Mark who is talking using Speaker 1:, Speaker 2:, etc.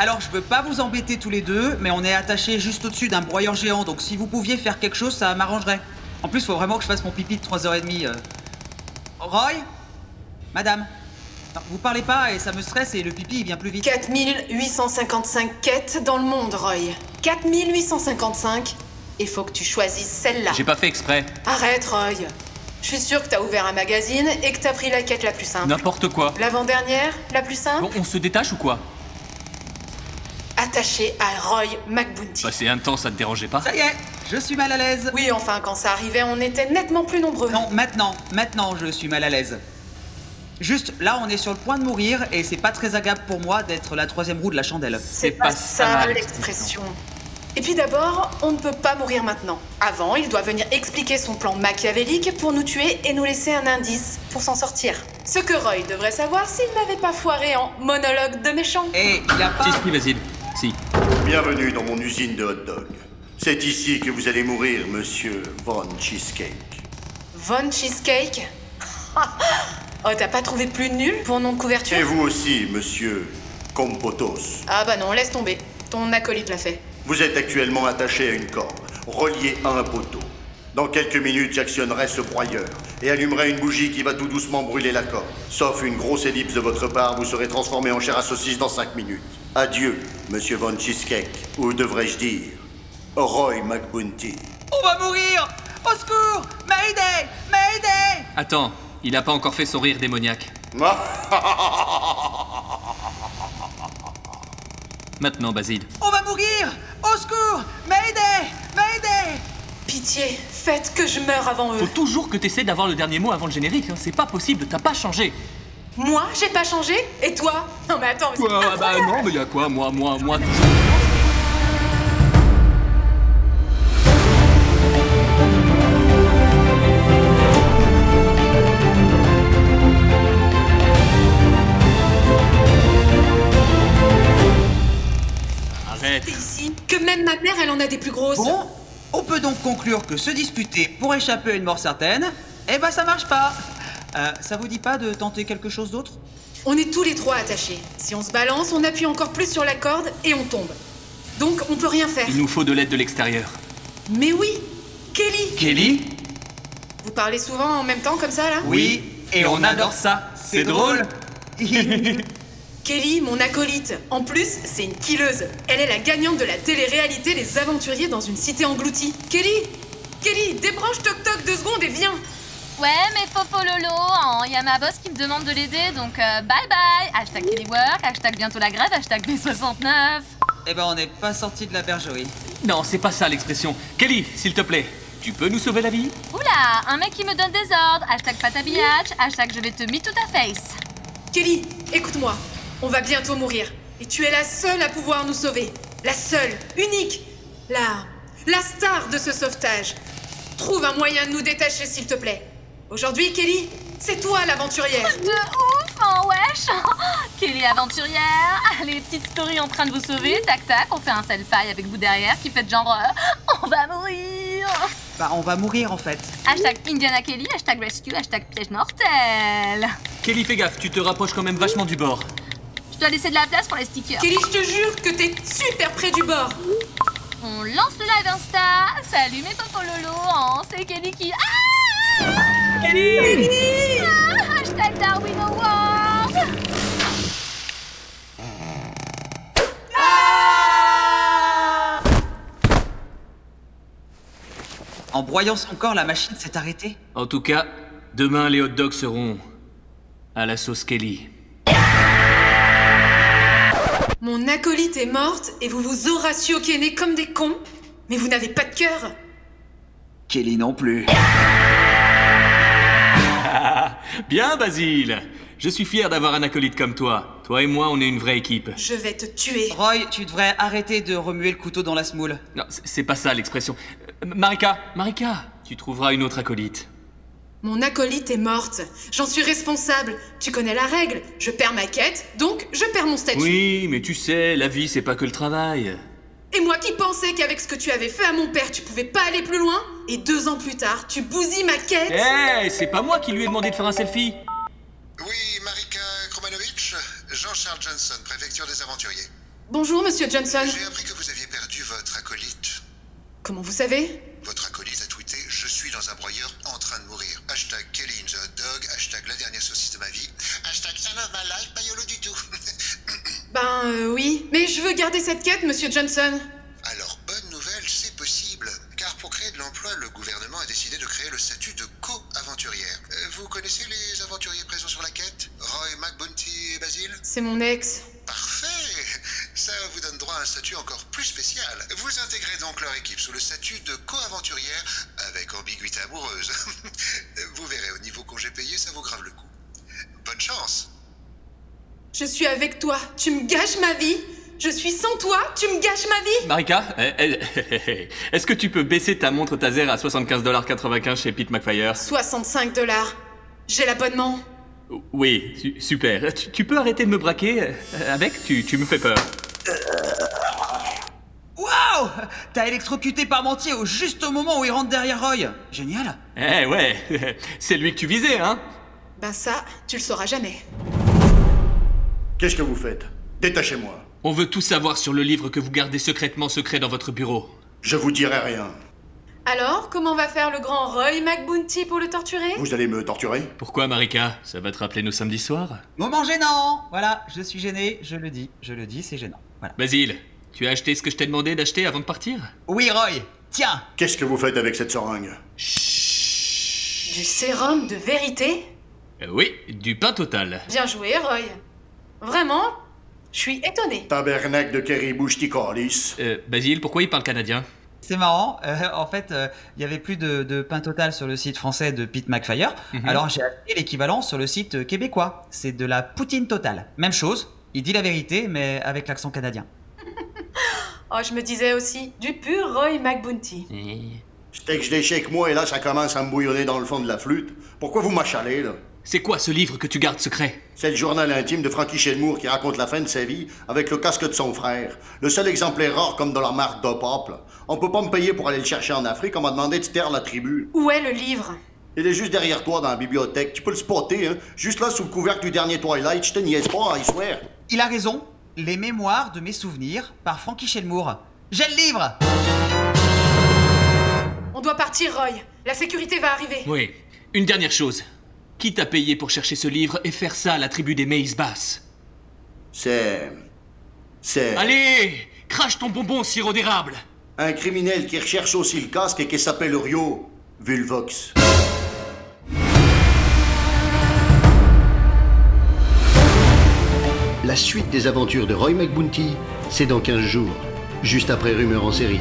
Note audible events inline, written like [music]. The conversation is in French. Speaker 1: Alors, je veux pas vous embêter tous les deux, mais on est attaché juste au-dessus d'un broyeur géant, donc si vous pouviez faire quelque chose, ça m'arrangerait. En plus, faut vraiment que je fasse mon pipi de 3h30. euh. Roy Madame Non, Vous parlez pas et ça me stresse et le pipi il vient plus vite.
Speaker 2: 4855 quêtes dans le monde, Roy. 4855 Il faut que tu choisisses celle-là.
Speaker 3: J'ai pas fait exprès.
Speaker 2: Arrête, Roy. Je suis sûre que t'as ouvert un magazine et que t'as pris la quête la plus simple.
Speaker 3: N'importe quoi.
Speaker 2: L'avant-dernière, la plus simple
Speaker 3: Bon, on se détache ou quoi
Speaker 2: Attachée à Roy McBounty.
Speaker 3: Bah, c'est intense, ça te dérangeait pas
Speaker 1: Ça y est, je suis mal à l'aise.
Speaker 2: oui, enfin, quand ça arrivait, on était nettement plus nombreux.
Speaker 1: Non, maintenant, maintenant, je suis mal à l'aise. Juste, là, on est sur le point de mourir et c'est pas très agréable pour moi d'être la troisième roue de la chandelle.
Speaker 2: C'est pas, ça l'expression. Et puis d'abord, on ne peut pas mourir maintenant. Avant, il doit venir expliquer son plan machiavélique pour nous tuer et nous laisser un indice pour s'en sortir. Ce que Roy devrait savoir s'il n'avait pas foiré en monologue de méchant.
Speaker 1: Et il a pas.
Speaker 3: Si, si, Basile. Si.
Speaker 4: Bienvenue dans mon usine de hot dog. C'est ici que vous allez mourir, monsieur Von Cheesecake.
Speaker 2: Von Cheesecake [laughs] Oh, t'as pas trouvé plus nul pour nom de couverture
Speaker 4: Et vous aussi, monsieur Compotos.
Speaker 2: Ah bah non, laisse tomber. Ton acolyte l'a fait.
Speaker 4: Vous êtes actuellement attaché à une corde, relié à un poteau. Dans quelques minutes, j'actionnerai ce broyeur et allumerai une bougie qui va tout doucement brûler la corde. Sauf une grosse ellipse de votre part, vous serez transformé en chair à saucisse dans 5 minutes. Adieu, monsieur Von Cheesecake, ou devrais-je dire, Roy McBounty.
Speaker 1: On va mourir Au secours Mayday Mayday
Speaker 3: Attends, il a pas encore fait son rire démoniaque.
Speaker 4: Ah,
Speaker 3: Maintenant, Basile.
Speaker 1: On va mourir Au secours Mayday Mayday
Speaker 2: Pitié, faites que je meure avant
Speaker 3: Faut
Speaker 2: eux.
Speaker 3: toujours que t'essaies d'avoir le dernier mot avant le générique, hein. c'est pas possible, t'as pas changé.
Speaker 2: Moi, j'ai pas changé Et toi Non mais attends, mais c'est
Speaker 3: Quoi
Speaker 2: incroyable.
Speaker 3: Bah non, mais y a quoi Moi, moi, moi, toujours. Arrête.
Speaker 2: C'est ici que même ma mère, elle en a des plus grosses.
Speaker 1: Bon, on peut donc conclure que se disputer pour échapper à une mort certaine, eh ben ça marche pas Euh, Ça vous dit pas de tenter quelque chose d'autre
Speaker 2: On est tous les trois attachés. Si on se balance, on appuie encore plus sur la corde et on tombe. Donc on peut rien faire.
Speaker 3: Il nous faut de l'aide de l'extérieur.
Speaker 2: Mais oui, Kelly
Speaker 3: Kelly
Speaker 2: Vous parlez souvent en même temps comme ça là
Speaker 3: Oui, et on adore ça. C'est drôle.
Speaker 2: Kelly, mon acolyte. En plus, c'est une killeuse. Elle est la gagnante de la télé-réalité Les Aventuriers dans une cité engloutie. Kelly Kelly, débranche Toc Toc deux secondes et viens
Speaker 5: Ouais, mais Fofo Lolo, il y a ma boss qui me demande de l'aider, donc euh, bye bye Hashtag Kellywork, hashtag bientôt la grève, hashtag B69
Speaker 1: Eh ben on n'est pas sorti de la bergerie.
Speaker 3: Non, c'est pas ça l'expression. Kelly, s'il te plaît, tu peux nous sauver la vie
Speaker 5: Oula, un mec qui me donne des ordres, hashtag patabillage, hashtag je vais te mettre tout à face
Speaker 2: Kelly, écoute-moi. On va bientôt mourir. Et tu es la seule à pouvoir nous sauver. La seule, unique, la... la star de ce sauvetage. Trouve un moyen de nous détacher, s'il te plaît. Aujourd'hui, Kelly, c'est toi l'aventurière.
Speaker 5: De ouf, hein, wesh [laughs] Kelly aventurière, [laughs] les petites stories en train de vous sauver, tac tac, on fait un selfie avec vous derrière qui fait genre euh, [laughs] on va mourir
Speaker 1: Bah on va mourir en fait.
Speaker 5: Hashtag Indiana Kelly, hashtag rescue, hashtag piège mortel
Speaker 3: Kelly, fais gaffe, tu te rapproches quand même vachement du bord.
Speaker 5: Je dois laisser de la place pour les stickers.
Speaker 2: Kelly, je te jure que t'es super près du bord.
Speaker 5: On lance le live Insta. Salut mes potos Lolo, hein, c'est Kelly qui. Ah Kelly Hashtag Darwin Award
Speaker 1: En broyant son corps, la machine s'est arrêtée.
Speaker 3: En tout cas, demain les hot dogs seront à la sauce Kelly.
Speaker 2: Mon acolyte est morte et vous vous oratioquenez comme des cons. Mais vous n'avez pas de cœur.
Speaker 1: Kelly non plus.
Speaker 3: Bien, Basile Je suis fier d'avoir un acolyte comme toi. Toi et moi, on est une vraie équipe.
Speaker 2: Je vais te tuer.
Speaker 1: Roy, tu devrais arrêter de remuer le couteau dans la semoule.
Speaker 3: Non, c'est c'est pas ça l'expression. Euh, Marika, Marika, tu trouveras une autre acolyte.
Speaker 2: Mon acolyte est morte. J'en suis responsable. Tu connais la règle. Je perds ma quête, donc je perds mon statut.
Speaker 3: Oui, mais tu sais, la vie, c'est pas que le travail.
Speaker 2: Et moi qui pensais qu'avec ce que tu avais fait à mon père, tu pouvais pas aller plus loin Et deux ans plus tard, tu bousilles ma quête
Speaker 3: Eh, c'est pas moi qui lui ai demandé de faire un selfie
Speaker 6: Oui, Marika Kromanovic, Jean-Charles Johnson, préfecture des aventuriers.
Speaker 2: Bonjour, monsieur Johnson.
Speaker 6: J'ai appris que vous aviez perdu votre acolyte.
Speaker 2: Comment vous savez
Speaker 6: Votre acolyte a tweeté Je suis dans un broyeur en train de mourir. Hashtag Kelly in the hot dog. Hashtag la dernière saucisse de ma vie. Hashtag I love my life, pas YOLO du tout. [laughs]
Speaker 2: Ben euh, oui, mais je veux garder cette quête, monsieur Johnson.
Speaker 6: Alors, bonne nouvelle, c'est possible. Car pour créer de l'emploi, le gouvernement a décidé de créer le statut de co-aventurière. Euh, Vous connaissez les aventuriers présents sur la quête Roy, McBounty et Basile
Speaker 2: C'est mon ex.
Speaker 6: Parfait Ça vous donne droit à un statut encore plus spécial. Vous intégrez donc leur équipe sous le statut de co-aventurière avec ambiguïté amoureuse. [laughs] vous verrez, au niveau congé payé, ça vaut grave le coup. Bonne chance
Speaker 2: Je suis avec toi. Tu me gâches ma vie. Je suis sans toi. Tu me gâches ma vie.
Speaker 3: Marika, eh, eh, est-ce que tu peux baisser ta montre Taser à 75,95$ chez Pete McFire
Speaker 2: 65 dollars. J'ai l'abonnement.
Speaker 3: Oui, su- super. Tu, tu peux arrêter de me braquer euh, avec tu, tu me fais peur.
Speaker 1: Waouh T'as électrocuté Parmentier au juste au moment où il rentre derrière Roy. Génial.
Speaker 3: Eh ouais, [laughs] c'est lui que tu visais, hein
Speaker 2: Ben ça, tu le sauras jamais.
Speaker 4: Qu'est-ce que vous faites Détachez-moi.
Speaker 3: On veut tout savoir sur le livre que vous gardez secrètement secret dans votre bureau.
Speaker 4: Je vous dirai rien.
Speaker 2: Alors, comment va faire le grand Roy McBounty pour le torturer
Speaker 4: Vous allez me torturer
Speaker 3: Pourquoi, Marika Ça va te rappeler nos samedis soirs
Speaker 1: Moment gênant. Voilà, je suis gêné, je le dis, je le dis, c'est gênant. Voilà.
Speaker 3: Basile, tu as acheté ce que je t'ai demandé d'acheter avant de partir
Speaker 1: Oui, Roy. Tiens.
Speaker 4: Qu'est-ce que vous faites avec cette seringue
Speaker 2: Du sérum de vérité
Speaker 3: Euh, Oui, du pain total.
Speaker 2: Bien joué, Roy. Vraiment, je suis étonnée.
Speaker 4: Tabernacle de Kerry Ticolis.
Speaker 3: Euh, Basile, pourquoi il parle canadien
Speaker 1: C'est marrant, euh, en fait, euh, il y avait plus de, de pain total sur le site français de Pete McFire, alors j'ai acheté l'équivalent sur le site euh, québécois. C'est de la poutine totale. Même chose, il dit la vérité, mais avec l'accent canadien.
Speaker 2: Oh, je me disais aussi, du pur Roy McBounty.
Speaker 4: Steak, je l'ai chez moi et là, ça commence à me bouillonner dans le fond de la flûte. Pourquoi vous m'achalez, là
Speaker 3: C'est quoi ce livre que tu gardes secret
Speaker 4: C'est le journal intime de Frankie Shelmour qui raconte la fin de sa vie avec le casque de son frère. Le seul exemplaire rare comme dans la marque de pop, là. On peut pas me payer pour aller le chercher en Afrique, on m'a demandé de taire la tribu.
Speaker 2: Où est le livre
Speaker 4: Il est juste derrière toi dans la bibliothèque, tu peux le spotter, hein. Juste là, sous le couvercle du dernier Twilight, je te niaise pas, hein, I swear.
Speaker 1: Il a raison, Les Mémoires de mes souvenirs par Frankie Shelmour. J'ai le livre
Speaker 2: On doit partir, Roy. La sécurité va arriver.
Speaker 3: Oui, une dernière chose. Qui t'a payé pour chercher ce livre et faire ça à la tribu des Maïs Basses
Speaker 4: C'est... C'est...
Speaker 3: Allez Crache ton bonbon au sirop d'érable
Speaker 4: Un criminel qui recherche aussi le casque et qui s'appelle Rio Vulvox.
Speaker 7: La suite des aventures de Roy McBounty, c'est dans 15 jours, juste après Rumeur en série.